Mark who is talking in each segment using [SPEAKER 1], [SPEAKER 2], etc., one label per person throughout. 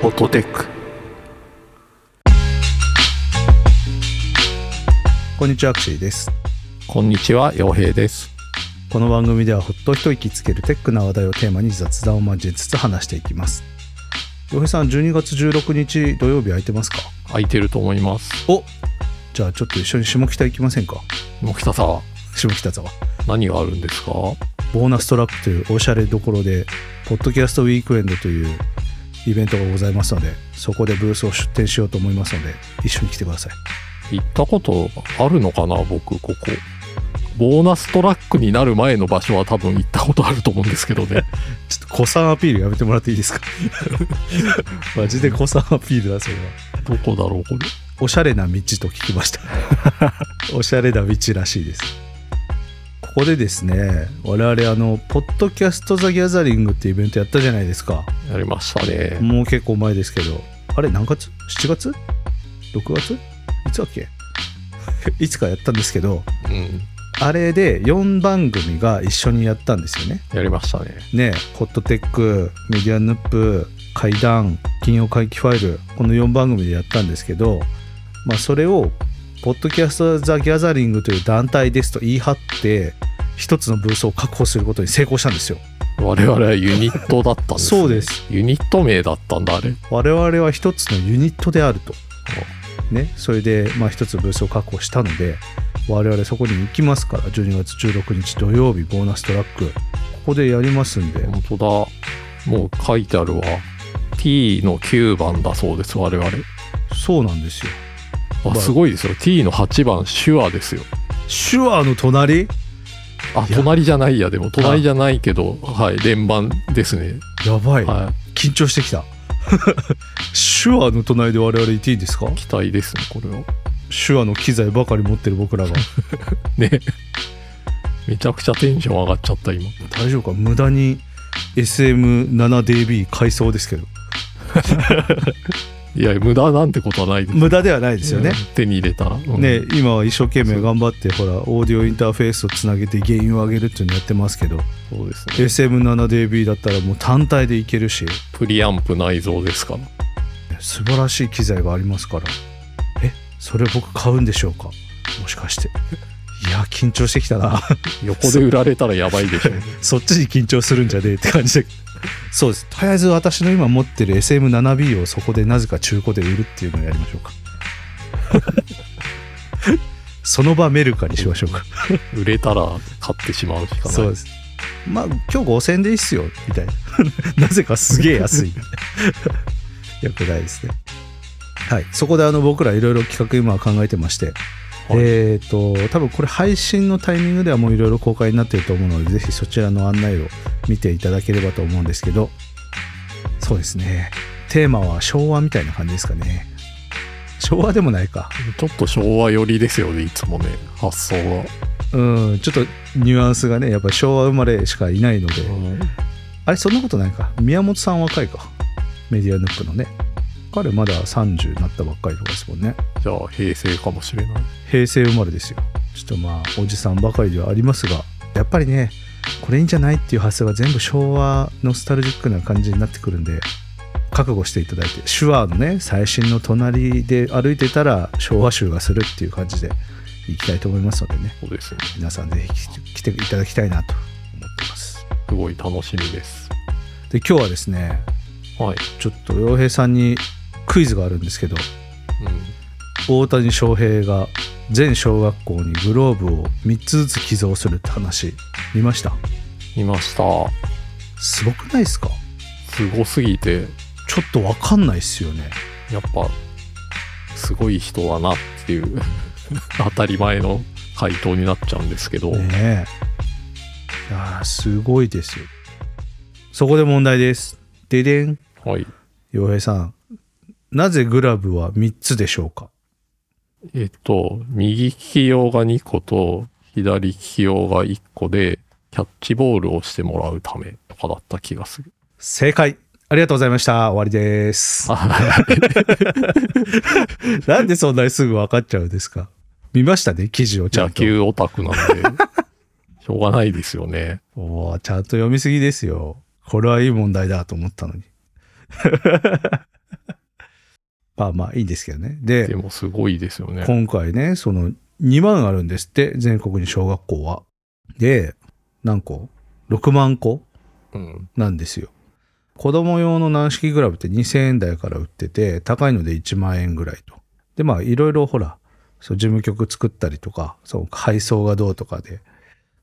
[SPEAKER 1] フォトテック
[SPEAKER 2] こんにちは、アクシーです。
[SPEAKER 1] こんにちは洋平です
[SPEAKER 2] この番組ではほっと一息つけるテックな話題をテーマに雑談を交えつつ話していきます。洋平さん、12月16日土曜日空いてますか
[SPEAKER 1] 空いてると思います
[SPEAKER 2] おじゃあちょっと一緒に下北行きませんか
[SPEAKER 1] 木北さん
[SPEAKER 2] 下北沢。
[SPEAKER 1] 何があるんですか
[SPEAKER 2] ボーナストラックというおしゃれどころで、ポッドキャストウィークエンドというイベントがございますので、そこでブースを出展しようと思いますので、一緒に来てください。
[SPEAKER 1] 行ったことあるのかな僕ここボーナストラックになる前の場所は多分行ったことあると思うんですけ どね
[SPEAKER 2] ちょっと古参アピールやめてもらっていいですか マジで古参アピールだ、それは。
[SPEAKER 1] どこだろうこれ
[SPEAKER 2] おしゃれな道と聞きましたおしゃれな道らしいですここでですね我々あのポッドキャスト・ザ・ギャザリングってイベントやったじゃないですか
[SPEAKER 1] やりましたね
[SPEAKER 2] もう結構前ですけどあれ何月 ?7 月 ?6 月いつだっけ いつかやったんですけど
[SPEAKER 1] うん
[SPEAKER 2] あれで4番組が一緒にやったんですよね
[SPEAKER 1] やりましたね
[SPEAKER 2] ねホットテックメディアヌップ怪談金曜回帰ファイルこの4番組でやったんですけど、まあ、それを「ポッドキャスト・ザ・ギャザリング」という団体ですと言い張って一つのブースを確保することに成功したんですよ
[SPEAKER 1] 我々はユニットだったんです、ね、
[SPEAKER 2] そうです
[SPEAKER 1] ユニット名だったんだあれ
[SPEAKER 2] 我々は一つのユニットであると、ね、それでまあ一つブースを確保したので我々そこに行きますから12月16日土曜日ボーナストラックここでやりますんで
[SPEAKER 1] 本当だもう書いてあるわ T の9番だそうです我々
[SPEAKER 2] そうなんですよ
[SPEAKER 1] あ
[SPEAKER 2] はい
[SPEAKER 1] すごいですよ T の8番手話ですよ
[SPEAKER 2] 手話の隣
[SPEAKER 1] あ
[SPEAKER 2] いや
[SPEAKER 1] 隣じゃないやでも隣じゃないけどはい連番ですね
[SPEAKER 2] やばい、
[SPEAKER 1] は
[SPEAKER 2] 緊張してきた手話の隣で我々いていいんですか
[SPEAKER 1] い期待ですねこれは
[SPEAKER 2] 手話の機材ばかり持ってる僕らが
[SPEAKER 1] ね めちゃくちゃテンション上がっちゃった今
[SPEAKER 2] 大丈夫か無駄に SM7DB 買いそうですけど
[SPEAKER 1] いや無駄なんてことはないです
[SPEAKER 2] 無駄ではないですよね、
[SPEAKER 1] うん手に入れたら、うん
[SPEAKER 2] ね今は一生懸命頑張ってほらオーディオインターフェースをつなげて原因を上げるっていうのやってますけど
[SPEAKER 1] そうですね
[SPEAKER 2] SM7DB だったらもう単体でいけるし
[SPEAKER 1] プリアンプ内蔵ですから
[SPEAKER 2] 素晴らしい機材がありますからえそれ僕買うんでしょうかもしかしていや緊張してきたな
[SPEAKER 1] 横で売られたらやばいでしょ
[SPEAKER 2] そっちに緊張するんじゃねえって感じで。そうです。とりあえず私の今持ってる SM7B をそこでなぜか中古で売るっていうのをやりましょうか。 その場メルカにしましょうか。
[SPEAKER 1] 売れたら買ってしまうしかない
[SPEAKER 2] そうです。まあ今日5000円でいいっすよ、みたいな。 なぜかすげえ安い。 よくないですね。はい。そこであの僕らいろいろ企画今考えてまして、
[SPEAKER 1] はい
[SPEAKER 2] えっ、と、多分これ配信のタイミングではもういろいろ公開になっていると思うので、ぜひそちらの案内を見ていただければと思うんですけど、そうですね。テーマは昭和みたいな感じですかね。昭和でもないか。
[SPEAKER 1] ちょっと昭和寄りですよねいつもね発想は、
[SPEAKER 2] うん、ちょっとニュアンスがね、やっぱり昭和生まれしかいないので、
[SPEAKER 1] うん
[SPEAKER 2] あれそんなことないか宮本さん若いかメディアヌップのね彼まだ30になったばっかりとかですもんね
[SPEAKER 1] じゃあ平成かもしれない
[SPEAKER 2] 平成生まれですよちょっとまあおじさんばかりではありますがやっぱりねこれいいんじゃないっていう発想が全部昭和ノスタルジックな感じになってくるんで覚悟していただいて手話のね最新の隣で歩いてたら昭和集がするっていう感じでいきたいと思いますのでね
[SPEAKER 1] そうですね
[SPEAKER 2] 皆さんぜひ来ていただきたいなと思ってます
[SPEAKER 1] すごい楽しみです
[SPEAKER 2] で今日はですね
[SPEAKER 1] はい、
[SPEAKER 2] ちょっと洋平さんにクイズがあるんですけど
[SPEAKER 1] うん、
[SPEAKER 2] 大谷翔平が全小学校にグローブを3つずつ寄贈するって話見ました
[SPEAKER 1] 見ました
[SPEAKER 2] すごくないですか
[SPEAKER 1] すごすぎて
[SPEAKER 2] ちょっとわかんないっすよね
[SPEAKER 1] やっぱすごい人だなっていう 当たり前の回答になっちゃうんですけど、
[SPEAKER 2] ねえいやーすごいですよそこで問題ですででん
[SPEAKER 1] はい
[SPEAKER 2] 洋平さんなぜグラブは3つでしょうか
[SPEAKER 1] えっと右利き用が2個と左利き用が1個でキャッチボールをしてもらうためとかだった気がする。
[SPEAKER 2] 正解ありがとうございました終わりです
[SPEAKER 1] あ
[SPEAKER 2] なんでそんなにすぐ分かっちゃうんですか見ましたね記事をちゃ
[SPEAKER 1] 野
[SPEAKER 2] んと
[SPEAKER 1] 球オタクなんで、しょうがないですよね。
[SPEAKER 2] おお、ちゃんと読みすぎですよ。これはいい問題だと思ったのに。 まあまあいいんですけどね。で、
[SPEAKER 1] でもすごいですよね。
[SPEAKER 2] 今回ね、その2万あるんですって、全国に小学校は。で、何個 ?6 万個
[SPEAKER 1] うん。
[SPEAKER 2] なんですよ。子供用の軟式グラブって2000円台から売ってて、高いので1万円ぐらいと。で、まあ、いろいろほら、そう事務局作ったりとか、そう配送がどうとかで、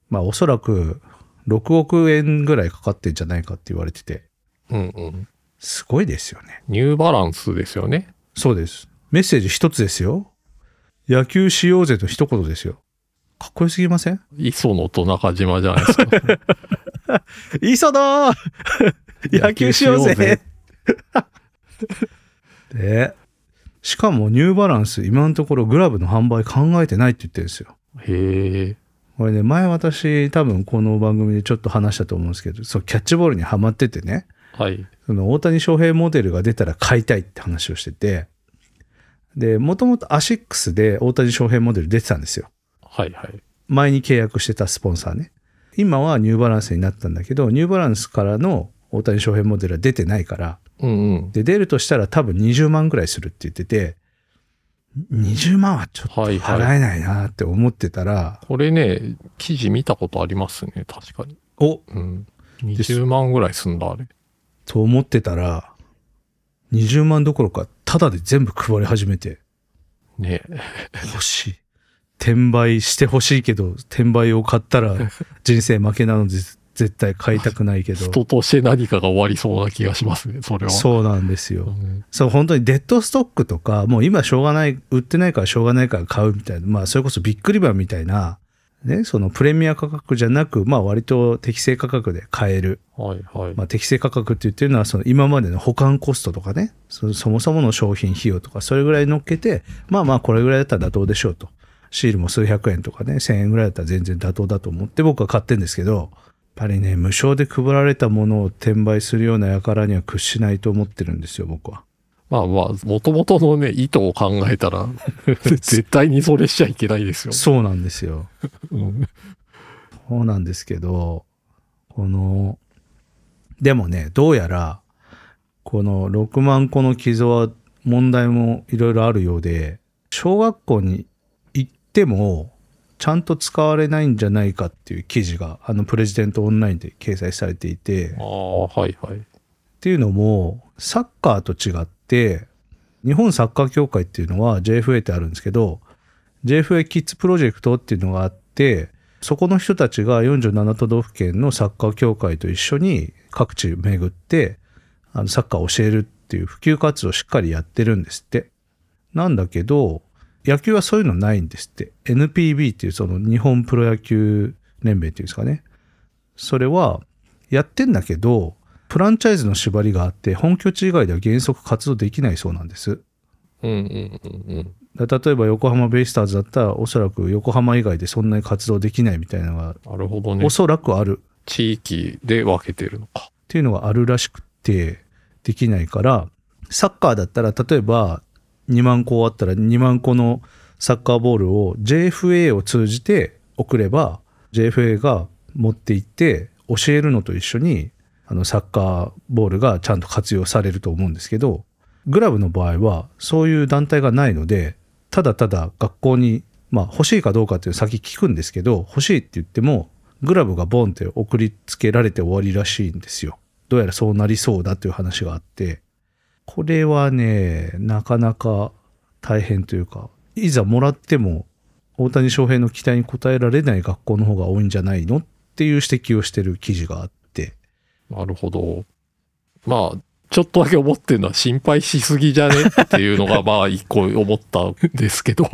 [SPEAKER 2] まあ、おそらく6億円ぐらいかかってんじゃないかって言われてて、
[SPEAKER 1] うんうん。
[SPEAKER 2] すごいですよね。
[SPEAKER 1] ニューバランスですよね。
[SPEAKER 2] そうです。メッセージ一つですよ。野球しようぜと一言ですよ。かっこよすぎません
[SPEAKER 1] 磯野と中島じゃないですか。
[SPEAKER 2] 磯 野野球しよう
[SPEAKER 1] 野球しようぜ
[SPEAKER 2] ぜ で、しかもニューバランス、今のところグラブの販売考えてないって言ってるんですよ。
[SPEAKER 1] へえ。
[SPEAKER 2] これね、前私多分この番組でちょっと話したと思うんですけど、そう、キャッチボールにはまっててね、
[SPEAKER 1] はい。
[SPEAKER 2] その大谷翔平モデルが出たら買いたいって話をしてて、で、もともとアシックスで大谷翔平モデル出てたんですよ。
[SPEAKER 1] はいはい。
[SPEAKER 2] 前に契約してたスポンサーね。今はニューバランスになったんだけど、ニューバランスからの大谷翔平モデルは出てないから、
[SPEAKER 1] うんうん。
[SPEAKER 2] で、出るとしたら多分20万ぐらいするって言ってて、20万はちょっと
[SPEAKER 1] はいはい
[SPEAKER 2] 払えないなって思ってたら、
[SPEAKER 1] これね、記事見たことありますね。確かに。
[SPEAKER 2] お
[SPEAKER 1] うん。
[SPEAKER 2] す
[SPEAKER 1] 20万ぐらいすんだ、あれ。
[SPEAKER 2] と思ってたら、20万どころか、タダで全部配り始めて、
[SPEAKER 1] ね
[SPEAKER 2] 欲しい。転売してほしいけど、転売を買ったら人生負けなので、絶対買いたくないけど。
[SPEAKER 1] 人として何かが終わりそうな気がしますね、それは。
[SPEAKER 2] そうなんですよ。
[SPEAKER 1] うん
[SPEAKER 2] そう、本当にデッドストックとか、もう今しょうがない、売ってないからしょうがないから買うみたいな、まあそれこそビックリマンみたいな、ね、そのプレミア価格じゃなく、まあ割と適正価格で買える。
[SPEAKER 1] はいはい。
[SPEAKER 2] まあ適正価格って言ってるのは、その今までの保管コストとかね、そそもそもの商品費用とか、それぐらい乗っけて、まあまあこれぐらいだったら妥当でしょうと。シールも数百円とかね、千円ぐらいだったら全然妥当だと思って僕は買ってんですけど、やっぱりね、無償で配られたものを転売するような輩には屈しないと思ってるんですよ、僕は。
[SPEAKER 1] まあまあ、もともとのね、意図を考え たら、絶対にそれしちゃいけないですよ。
[SPEAKER 2] そうなんですよ。
[SPEAKER 1] うん
[SPEAKER 2] そうなんですけど、この、でもね、どうやら、この6万個の寄贈は問題もいろいろあるようで、小学校に行っても、ちゃんと使われないんじゃないかっていう記事が、あのプレジデントオンラインで掲載されていて、
[SPEAKER 1] ああ、はいはい。
[SPEAKER 2] っていうのも、サッカーと違って、日本サッカー協会っていうのは JFA ってあるんですけど、JFA キッズプロジェクトっていうのがあって、そこの人たちが47都道府県のサッカー協会と一緒に各地巡って、あのサッカーを教えるっていう普及活動をしっかりやってるんですって。なんだけど、野球はそういうのないんですって。NPB っていうその日本プロ野球連盟っていうんですかね。それはやってんだけど、フランチャイズの縛りがあって、本拠地以外では原則活動できないそうなんです。
[SPEAKER 1] うんうんうんうん。
[SPEAKER 2] だ例えば横浜ベイスターズだったら、おそらく横浜以外でそんなに活動できないみたいなのが、
[SPEAKER 1] なるほどね
[SPEAKER 2] お。そらくある。
[SPEAKER 1] 地域で分けてるのか。
[SPEAKER 2] っていうのがあるらしくてできないからサッカーだったら例えば2万個あったら2万個のサッカーボールを JFA を通じて送れば JFA が持って行って教えるのと一緒にあのサッカーボールがちゃんと活用されると思うんですけどグラブの場合はそういう団体がないのでただただ学校に、まあ、欲しいかどうかっていうの先聞くんですけど欲しいって言ってもグラブがボンって送りつけられて終わりらしいんですよ。どうやらそうなりそうだという話があってこれはねなかなか大変というかいざもらっても大谷翔平の期待に応えられない学校の方が多いんじゃないのっていう指摘をしてる記事があって
[SPEAKER 1] なるほど。まあ、ちょっとだけ思ってるのは心配しすぎじゃねっていうのが、 まあ、一個思ったんですけど。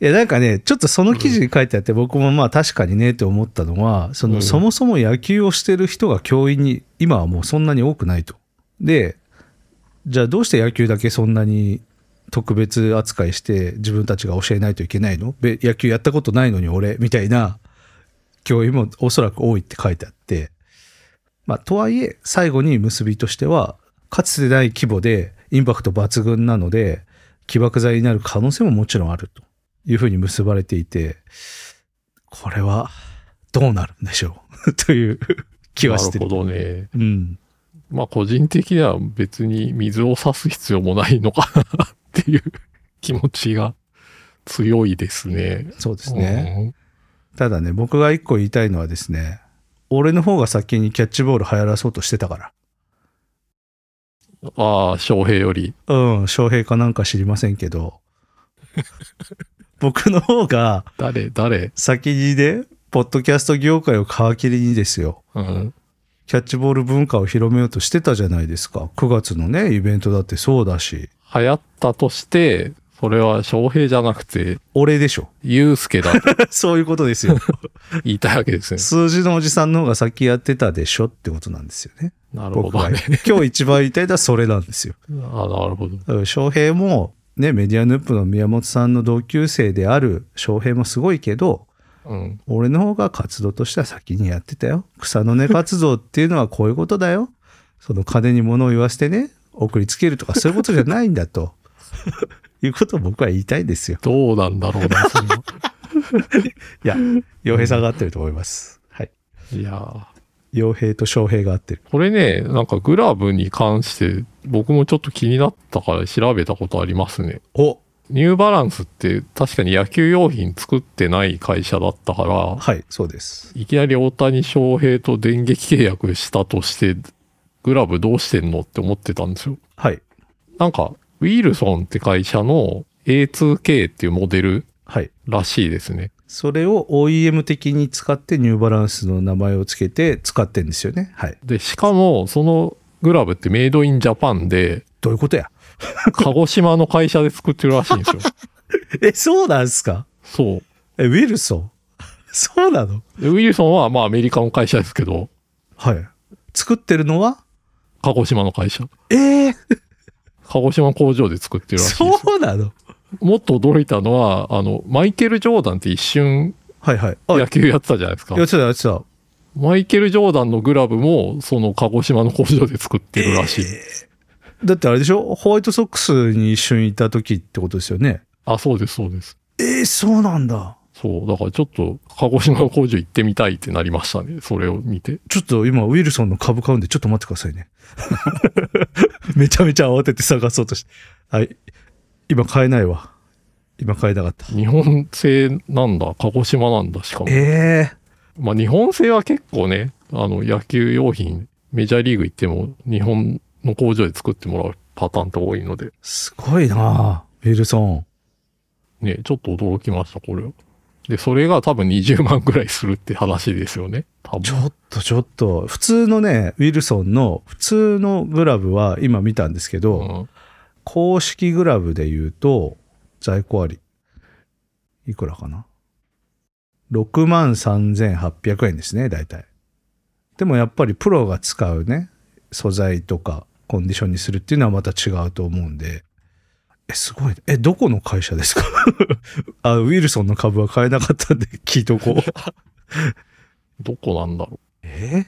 [SPEAKER 2] いやなんかねちょっとその記事に書いてあって僕もまあ確かにねって思ったのはその、
[SPEAKER 1] うん
[SPEAKER 2] そもそも野球をしてる人が教員に今はもうそんなに多くないと。でじゃあどうして野球だけそんなに特別扱いして自分たちが教えないといけないのべ野球やったことないのに俺みたいな教員もおそらく多いって書いてあってまあとはいえ最後に結びとしてはかつてない規模でインパクト抜群なので起爆剤になる可能性ももちろんあるというふうに結ばれていてこれ はどうなるんでしょうという気はして
[SPEAKER 1] な
[SPEAKER 2] る。
[SPEAKER 1] るほどね。
[SPEAKER 2] うん
[SPEAKER 1] まあ個人的には別に水を差す必要もないのかなっていう気持ちが強いですね。
[SPEAKER 2] そうですね。ただね、僕が一個言いたいのはですね、俺の方が先にキャッチボール流行らそうとしてたか
[SPEAKER 1] うん。ああ、翔平より。
[SPEAKER 2] ら。うん、翔平かなんか知りませんけ ど、僕の方が
[SPEAKER 1] 誰、誰、
[SPEAKER 2] 先にね、ポッドキャスト業界を皮切りにですよ、
[SPEAKER 1] うん、
[SPEAKER 2] キャッチボール文化を広めようとしてたじゃないですか。9月のね、イベントだってそうだし、
[SPEAKER 1] 流行ったとして、それは翔平じゃなくて、
[SPEAKER 2] 俺でしょ。
[SPEAKER 1] ゆうすけだ と
[SPEAKER 2] そういうことですよ。
[SPEAKER 1] 言いたいわけですね。
[SPEAKER 2] 数字のおじさんの方が先やってたでしょってことなんですよね。
[SPEAKER 1] なるほ
[SPEAKER 2] 僕
[SPEAKER 1] ど
[SPEAKER 2] が
[SPEAKER 1] ね。
[SPEAKER 2] 今日一番言いたいのはそれなんですよ。
[SPEAKER 1] あなるほど。
[SPEAKER 2] うん翔平も、ね、メディアヌップの宮本さんの同級生である翔平もすごいけど、
[SPEAKER 1] うん。
[SPEAKER 2] 俺の方が活動としては先にやってたよ。草の根活動っていうのはこういうことだよ。その金に物を言わせてね、送りつけるとかそういうことじゃないんだと。いうことを僕は言いたいんですよ。
[SPEAKER 1] どうなんだろうな、その。
[SPEAKER 2] いや、洋平さんが合ってると思います。はい。
[SPEAKER 1] いやー
[SPEAKER 2] 洋平と翔平が合ってる。
[SPEAKER 1] これね、なんかグラブに関して僕もちょっと気になったから調べたことありますね。
[SPEAKER 2] お
[SPEAKER 1] ニューバランスって確かに野球用品作ってない会社だったから、
[SPEAKER 2] はい、そうです。
[SPEAKER 1] いきなり大谷翔平と電撃契約したとして、グラブどうしてんのって思ってたんですよ。
[SPEAKER 2] はい、
[SPEAKER 1] なんか、ウィルソンって会社の A2K っていうモデル
[SPEAKER 2] はい。
[SPEAKER 1] らしいですね。
[SPEAKER 2] それを OEM 的に使ってニューバランスの名前をつけて使ってんですよね。はい。
[SPEAKER 1] で、しかも、そのグラブってメイドインジャパンで、
[SPEAKER 2] どういうことや
[SPEAKER 1] 鹿児島の会社で作ってるらしいんですよ。
[SPEAKER 2] え、そうなんすか
[SPEAKER 1] そう。
[SPEAKER 2] え、ウィルソン そうなの
[SPEAKER 1] でウィルソンはまあアメリカの会社ですけど、
[SPEAKER 2] はい。作ってるのは
[SPEAKER 1] 鹿児島の会社。
[SPEAKER 2] えー、
[SPEAKER 1] 鹿児島工場で作ってるらしいです。
[SPEAKER 2] そうなの
[SPEAKER 1] もっと驚いたのは、あの、マイケル・ジョーダンって一瞬
[SPEAKER 2] はいはい。あ、や
[SPEAKER 1] 野球やってたじゃないですか。
[SPEAKER 2] ってたやってた。
[SPEAKER 1] マイケル・ジョーダンのグラブも、その鹿児島の工場で作ってるらしい。
[SPEAKER 2] だってあれでしょホワイトソックスに一瞬いた時ってことですよね。
[SPEAKER 1] あ、そうです、そうです。
[SPEAKER 2] えー、そうなんだ。
[SPEAKER 1] そう。だからちょっと、鹿児島の工場行ってみたいってなりましたね。それを見て。
[SPEAKER 2] ちょっと今、ウィルソンの株買うんで、ちょっと待ってくださ いね。めちゃめちゃ慌てて探そうとして。はい。今買えないわ。今買えなかった。
[SPEAKER 1] 日本製なんだ、鹿児島なんだ、しかも。
[SPEAKER 2] ええ
[SPEAKER 1] まあ日本製は結構ね、あの野球用品、メジャーリーグ行っても日本の工場で作ってもらうパターンって多いので、
[SPEAKER 2] すごいなあウィルソン。
[SPEAKER 1] ね、ちょっと驚きました、これは。で、それが多分20万ぐらいするって話ですよね。多
[SPEAKER 2] ち
[SPEAKER 1] 分。
[SPEAKER 2] ょっとちょっと、普通のね、ウィルソンの普通のグラブは今見たんですけど、
[SPEAKER 1] うん、
[SPEAKER 2] 公式グラブで言うと、在庫あり。いくらかな ?6 万3800円ですね、大体。でもやっぱりプロが使うね、素材とかコンディションにするっていうのはまた違うと思うんで。え、すごいね。え、どこの会社ですか あ、ウィルソンの株は買えなかったんで聞いとこう。
[SPEAKER 1] どこなんだろう。
[SPEAKER 2] え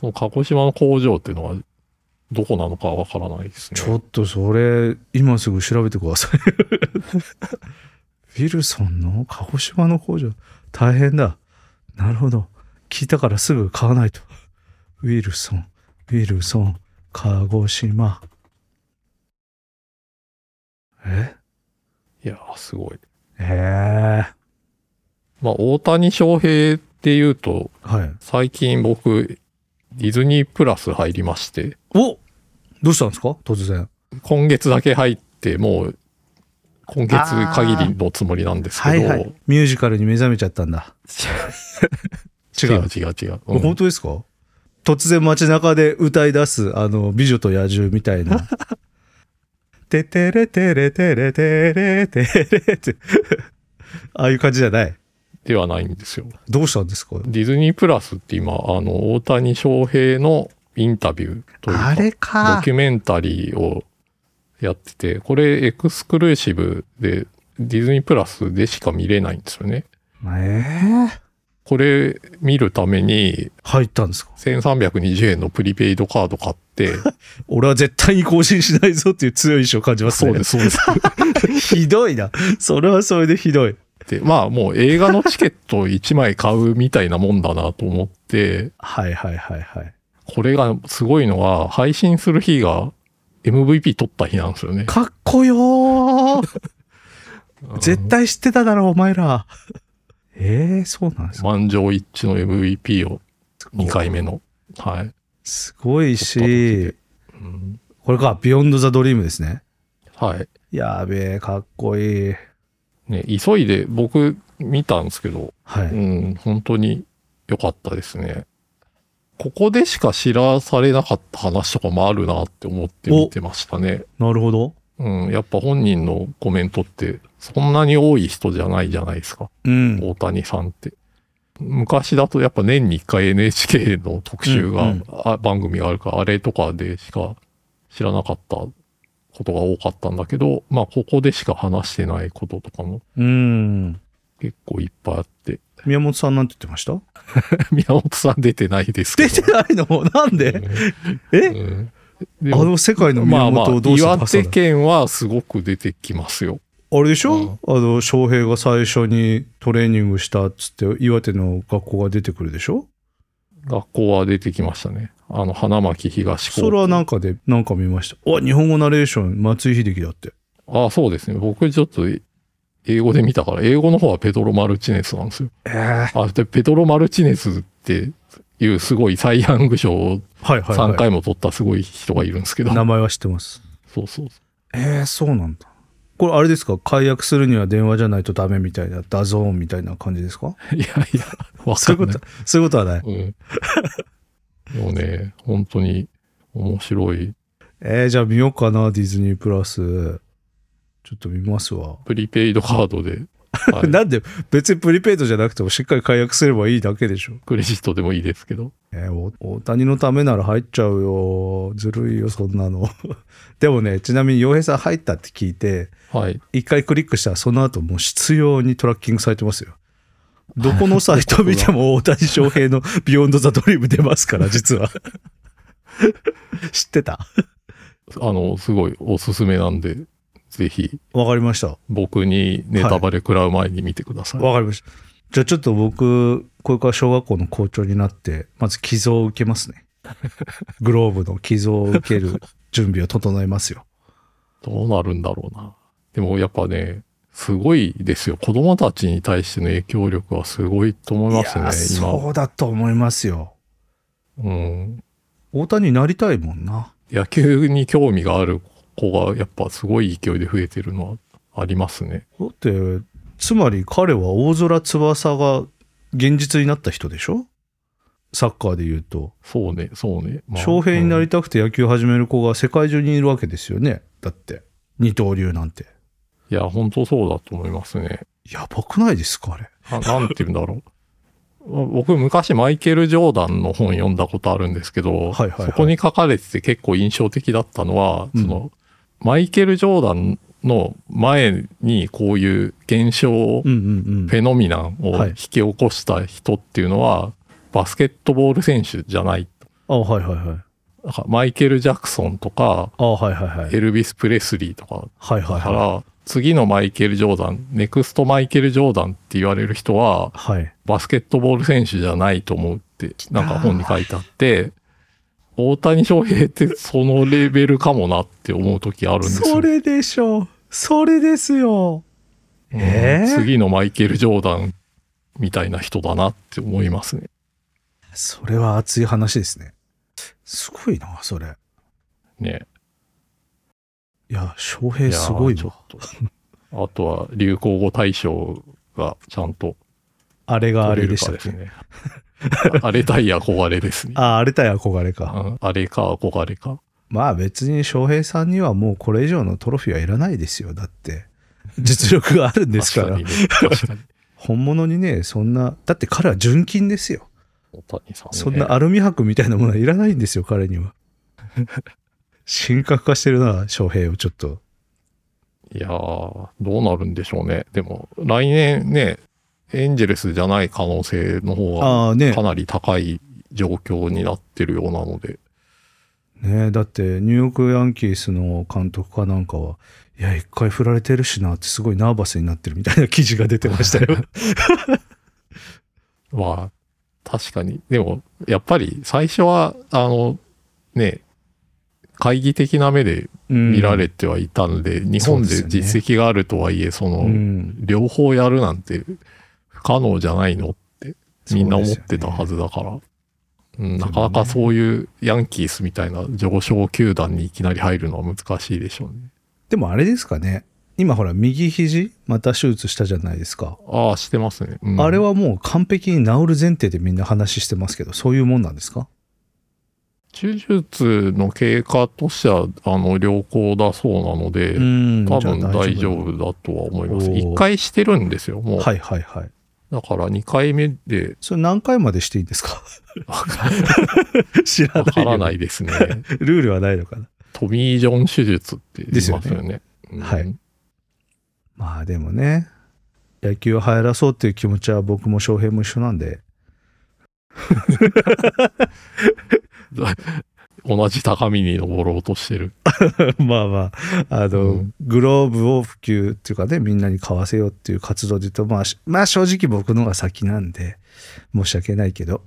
[SPEAKER 1] その鹿児島の工場っていうのは、どこなのかわからないですね。
[SPEAKER 2] ちょっとそれ、今すぐ調べてくだ さい。ウィルソンの鹿児島の工場、大変だ。なるほど。聞いたからすぐ買わないと。ウィルソン、ウィルソン、鹿児島。え
[SPEAKER 1] いやー、すごい。
[SPEAKER 2] えー、
[SPEAKER 1] まあ、大谷翔平っていうと、
[SPEAKER 2] はい。
[SPEAKER 1] 最近僕、ディズニープラス入りまして、
[SPEAKER 2] おどうしたんですか突然。
[SPEAKER 1] 今月だけ入って、もう、今月限りのつもりなんですけど、違う。
[SPEAKER 2] ミュージカルに目覚めちゃったんだ。 違う。
[SPEAKER 1] 違う違う。うん
[SPEAKER 2] 本当ですか突然街中で歌い出す、あの、美女と野獣みたいな。 ててれてれてれてれてれって。 ああいう感じじゃない。
[SPEAKER 1] ではないんですよ。
[SPEAKER 2] どうしたんですか
[SPEAKER 1] ディズニープラスって今、あの、大谷翔平のインタビューというか、ド
[SPEAKER 2] か
[SPEAKER 1] キュメンタリーをやってて、これエクスクルーシブで、ディズニープラスでしか見れないんですよね。
[SPEAKER 2] えー
[SPEAKER 1] これ見るために、
[SPEAKER 2] 入ったんですか
[SPEAKER 1] 1320円のプリペイドカード買って、
[SPEAKER 2] 俺は絶対に更新しないぞっていう強い意志を感じます
[SPEAKER 1] そ
[SPEAKER 2] ね。
[SPEAKER 1] うです、そうです。
[SPEAKER 2] す。ひどいな。それはそれでひどい。
[SPEAKER 1] で、まあもう映画のチケット1枚買うみたいなもんだなと思って、
[SPEAKER 2] はいはいはいはい。
[SPEAKER 1] これがすごいのは、配信する日が MVP 取った日なんですよね。
[SPEAKER 2] かっこよー 絶対知ってただろ、お前ら。ええそうなんですか。
[SPEAKER 1] 満場一致の MVP を2回目の。はい。
[SPEAKER 2] すごい
[SPEAKER 1] 取っ
[SPEAKER 2] し、
[SPEAKER 1] うん
[SPEAKER 2] これか、ビヨンド・ザ・ドリームですね。
[SPEAKER 1] はい。
[SPEAKER 2] やべえ、かっこいい。
[SPEAKER 1] ね、急いで僕見たんですけど、
[SPEAKER 2] は
[SPEAKER 1] う
[SPEAKER 2] い。
[SPEAKER 1] ん、本当に良かったですね。ここでしか知らされなかった話とかもあるなって思って見てましたね。
[SPEAKER 2] なるほど。
[SPEAKER 1] うん、やっぱ本人のコメントってそんなに多い人じゃないじゃないですか、
[SPEAKER 2] うん。
[SPEAKER 1] 大谷さんって。昔だとやっぱ年に1回 NHK の特集が、
[SPEAKER 2] うんうん
[SPEAKER 1] あ番組があるから、あれとかでしか知らなかったことが多かったんだけど、まあここでしか話してないこととかも
[SPEAKER 2] うん。
[SPEAKER 1] 結構いっぱいあって、
[SPEAKER 2] 宮本さんなんて言ってました
[SPEAKER 1] 宮本さん出てないですけ
[SPEAKER 2] 出
[SPEAKER 1] ど。
[SPEAKER 2] てないのなんで
[SPEAKER 1] う
[SPEAKER 2] え
[SPEAKER 1] ん
[SPEAKER 2] あ
[SPEAKER 1] でも
[SPEAKER 2] の世界の宮
[SPEAKER 1] まあまあ
[SPEAKER 2] 本をどうして
[SPEAKER 1] 岩
[SPEAKER 2] 出す
[SPEAKER 1] 手
[SPEAKER 2] んだ
[SPEAKER 1] 県はすごく出てきますよ。
[SPEAKER 2] あれでしょあの、翔平が最初にトレーニングしたっつって、岩手の学校が出てくるでしょ
[SPEAKER 1] 学校は出てきましたね。あの、花巻東
[SPEAKER 2] そ
[SPEAKER 1] 高
[SPEAKER 2] れ
[SPEAKER 1] 校。
[SPEAKER 2] はなんかで、なんか見ました。お、日本語ナレーション、松井秀喜だって。
[SPEAKER 1] あそうですね。僕ちょっと英語で見たから、英語の方はペドロ・マルチネスなんですよ。
[SPEAKER 2] ええはい
[SPEAKER 1] あ、で、ペドロ・マルチネスっていうすごいサイ・ヤング賞を
[SPEAKER 2] はい、はい。
[SPEAKER 1] 3回も取ったすごい人がいるんですけど。
[SPEAKER 2] 名前は知ってます。
[SPEAKER 1] そうそう。
[SPEAKER 2] ええそうなんだ。これあれですか解約するには電話じゃないとダメみたいな、ダゾーンみたいな感じですか
[SPEAKER 1] いやいや、わ
[SPEAKER 2] そ
[SPEAKER 1] か
[SPEAKER 2] ういうんこ
[SPEAKER 1] な
[SPEAKER 2] と。、
[SPEAKER 1] い
[SPEAKER 2] そういうことはない。
[SPEAKER 1] うん。でもね、本当に面白い。
[SPEAKER 2] えー、じゃあ見ようかな、ディズニープラス。ちょっと見ますわ。
[SPEAKER 1] プリペイドカードで、はい
[SPEAKER 2] なんで、別にプリペイドじゃなくてもしっかり解約すればいいだけでしょ。
[SPEAKER 1] クレジットでもいいですけど。
[SPEAKER 2] えーお大谷のためなら入っちゃうよ。ずるいよ、そんなの。 でもね、ちなみに洋平さん入ったって聞いて、
[SPEAKER 1] はい。
[SPEAKER 2] 一回クリックしたらその後もう必要にトラッキングされてます よ。どこのサイト見ても大谷翔平の ビヨンド・ザ・ドリーム出ます から、実は。知ってた
[SPEAKER 1] あの、すごいおすすめなんで、ぜひ
[SPEAKER 2] わかりました。
[SPEAKER 1] 僕にネタバレ食らう前に見てください。
[SPEAKER 2] わかりました。じゃあちょっと僕、これから小学校の校長になって、まず寄贈を受けます ね。グローブの寄贈を受ける準備を整えますよ。
[SPEAKER 1] どうなるんだろうな。でもやっぱね、すごいですよ。子供たちに対しての影響力はすごいと思います
[SPEAKER 2] いや
[SPEAKER 1] ね、今。
[SPEAKER 2] そうだと思いますよ。
[SPEAKER 1] うん。
[SPEAKER 2] 大谷になりたいもんな。
[SPEAKER 1] 野球に興味がある子がやっぱすごい勢いで増えてるのはありますね。
[SPEAKER 2] だって、つまり彼は大空翼が現実になった人でしょサッカーで言うと。
[SPEAKER 1] そうね、そうね。まあ
[SPEAKER 2] 翔平にな
[SPEAKER 1] う
[SPEAKER 2] り
[SPEAKER 1] ん
[SPEAKER 2] たくて野球始める子が世界中にいるわけですよね。だって、二刀流なんて。
[SPEAKER 1] いや、本当そうだと思いますね。
[SPEAKER 2] やばくないですかあれ。
[SPEAKER 1] ななんて言うんだろう。まあ僕昔マイケル・ジョーダンの本読んだことあるんですけ
[SPEAKER 2] はい
[SPEAKER 1] ど、
[SPEAKER 2] はいはい
[SPEAKER 1] そこに書かれてて結構印象的だったのは、
[SPEAKER 2] うん
[SPEAKER 1] そのマイケル・ジョーダンの前にこういう現象を、
[SPEAKER 2] うんうん
[SPEAKER 1] フェノミナンを
[SPEAKER 2] はい
[SPEAKER 1] 引き起こした人っていうのは、バスケットボール選手じゃない。
[SPEAKER 2] うん。あ、はいはいはい。
[SPEAKER 1] なんかマイケル・ジャクソンとか、
[SPEAKER 2] あはいはいはい。
[SPEAKER 1] エルビス・プレスリーとか
[SPEAKER 2] はいはい
[SPEAKER 1] だか
[SPEAKER 2] は。、
[SPEAKER 1] ら、次のマイケル・ジョーダン、ネクストマイケル・ジョーダンって言われる人はい
[SPEAKER 2] はい。
[SPEAKER 1] バスケットボール選手じゃないと思うって、なんか本に書いてあって、大谷翔平ってそのレベルかもなって思う時あるんですよ。
[SPEAKER 2] れでしょう。それですよ。
[SPEAKER 1] うん
[SPEAKER 2] えー
[SPEAKER 1] 次のマイケル・ジョーダンみたいな人だなって思いますね。
[SPEAKER 2] それは熱い話ですね。すごいな、それ。
[SPEAKER 1] ね。
[SPEAKER 2] いや、翔平すごい
[SPEAKER 1] やーちょ
[SPEAKER 2] わ
[SPEAKER 1] っ。と。あとは流行語大賞がちゃんと
[SPEAKER 2] あれがあれ
[SPEAKER 1] 取れ
[SPEAKER 2] で
[SPEAKER 1] る
[SPEAKER 2] した
[SPEAKER 1] か
[SPEAKER 2] っ
[SPEAKER 1] です
[SPEAKER 2] け。
[SPEAKER 1] ね。あれ対憧れですね。
[SPEAKER 2] あ、あれ対憧れ
[SPEAKER 1] う
[SPEAKER 2] か。
[SPEAKER 1] んあれか憧れか。
[SPEAKER 2] まあ別に翔平さんにはもうこれ以上のトロフィーはいらないですよ。だって、実力があるんですから。
[SPEAKER 1] 確かにね。確かに。
[SPEAKER 2] 本物にね、そんな、だって彼は純金ですよ。
[SPEAKER 1] 大谷さん、ね。
[SPEAKER 2] そんなアルミ箔みたいなものはいらないんですよ、彼には。神格化してるな、翔平をちょっと。
[SPEAKER 1] いやー、どうなるんでしょうね。でも、来年ね、エンジェルスじゃない可能性の方が
[SPEAKER 2] ああね
[SPEAKER 1] かなり高い状況になってるようなので、
[SPEAKER 2] ねえだってニューヨークヤンキースの監督かなんかは、いや、一回振られてるしなってすごい ナーバスになってるみたいな記事が出てましたよ。
[SPEAKER 1] まあ、確かに。でも、やっぱり最初は、あの、ね、会議的な目で見られてはいたんで、日
[SPEAKER 2] そ
[SPEAKER 1] 本
[SPEAKER 2] うです
[SPEAKER 1] で
[SPEAKER 2] よね
[SPEAKER 1] 実績があるとはいえ、その、
[SPEAKER 2] うん
[SPEAKER 1] 両方やるなんて不可能じゃないのってみんな思ってたはずだから、うん、なかなかそういうヤンキースみたいな上昇球団にいきなり入るのは難しいでしょうね。
[SPEAKER 2] でもあれですかね今ほら右肘また手術したじゃないですか、
[SPEAKER 1] ああ、してますね。うん
[SPEAKER 2] あれはもう完璧に治る前提でみんな話してますけどそういうもんなんですか
[SPEAKER 1] 手術の経過としては、あの、良好だそうなので、
[SPEAKER 2] うん
[SPEAKER 1] 多
[SPEAKER 2] じゃあ
[SPEAKER 1] 分大丈夫だとは思います。
[SPEAKER 2] おー
[SPEAKER 1] 1回してるんですよ、もう。
[SPEAKER 2] はいはいはい
[SPEAKER 1] だから2回目で
[SPEAKER 2] それ何回までしていいんですか知らない
[SPEAKER 1] わ
[SPEAKER 2] よ
[SPEAKER 1] からないですね。
[SPEAKER 2] ルールはないの かな
[SPEAKER 1] トミー・ジョン手術って言いますよね。うん
[SPEAKER 2] はいまあでもね野球を流行らそうっていう気持ちは僕も翔平も一緒なんで
[SPEAKER 1] 同じ高みに登ろうとしてる。
[SPEAKER 2] まあまあ、あの、
[SPEAKER 1] うん
[SPEAKER 2] グローブを普及っていうかね、みんなに買わせようっていう活動で言うと、まあ、しまあ正直僕のが先なんで、申し訳ないけど、だか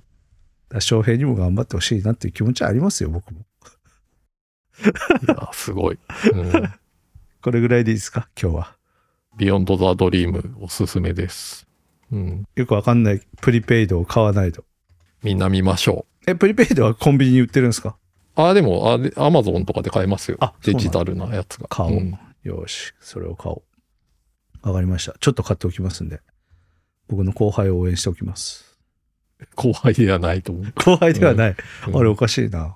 [SPEAKER 2] ら翔平にも頑張ってほしいなっていう気持ちはありますよ、僕も。
[SPEAKER 1] いや、すごい。うん
[SPEAKER 2] これぐらいでいいですか、今日は。
[SPEAKER 1] ビヨンド・ザ・ドリームおすすめです。うん。
[SPEAKER 2] よくわかんない、プリペイドを買わないと。
[SPEAKER 1] みんな見ましょ
[SPEAKER 2] え、プリペイドはコンビニに売ってるんですか
[SPEAKER 1] う。ああ、でも、あれ、アマゾンとかで買えますよ。
[SPEAKER 2] あそう
[SPEAKER 1] デ
[SPEAKER 2] なんだ
[SPEAKER 1] ジタルなやつが。
[SPEAKER 2] 買おう。
[SPEAKER 1] うん
[SPEAKER 2] よし、それを買おう。わかりました。ちょっと買っておきますんで。僕の後輩を応援しておきます。
[SPEAKER 1] 後輩ではないと思う。
[SPEAKER 2] 後輩ではない。
[SPEAKER 1] うん
[SPEAKER 2] あれおかしいな。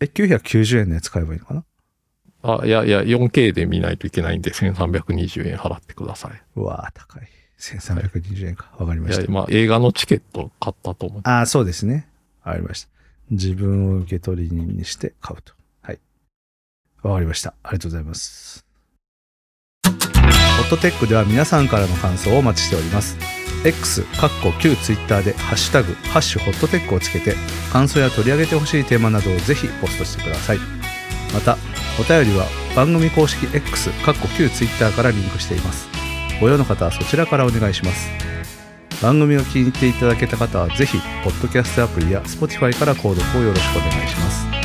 [SPEAKER 2] え、990円のやつ買えばいいのかな
[SPEAKER 1] あ、いやいや、4K で見ないといけないんで、1320円払ってください。
[SPEAKER 2] うわー高い。1320円か。わかりま
[SPEAKER 1] いや
[SPEAKER 2] し、た。
[SPEAKER 1] まあ、映画のチケット買ったと思う。
[SPEAKER 2] ああ、そうですね。わかりました。自分を受け取り人にして買うと。はい。わかりました。ありがとうございます。ホットテックでは皆さんからの感想をお待ちしております。X、カッコ旧 Twitter で、ハッシュタグ、ハッシュホットテックをつけて、感想や取り上げてほしいテーマなどをぜひポストしてください。また、お便りは番組公式 X、カッコ旧 Twitter からリンクしています。ご用の方はそちらからお願いします。番組を気に入っていただけた方はぜひポッドキャストアプリや Spotify から購読をよろしくお願いします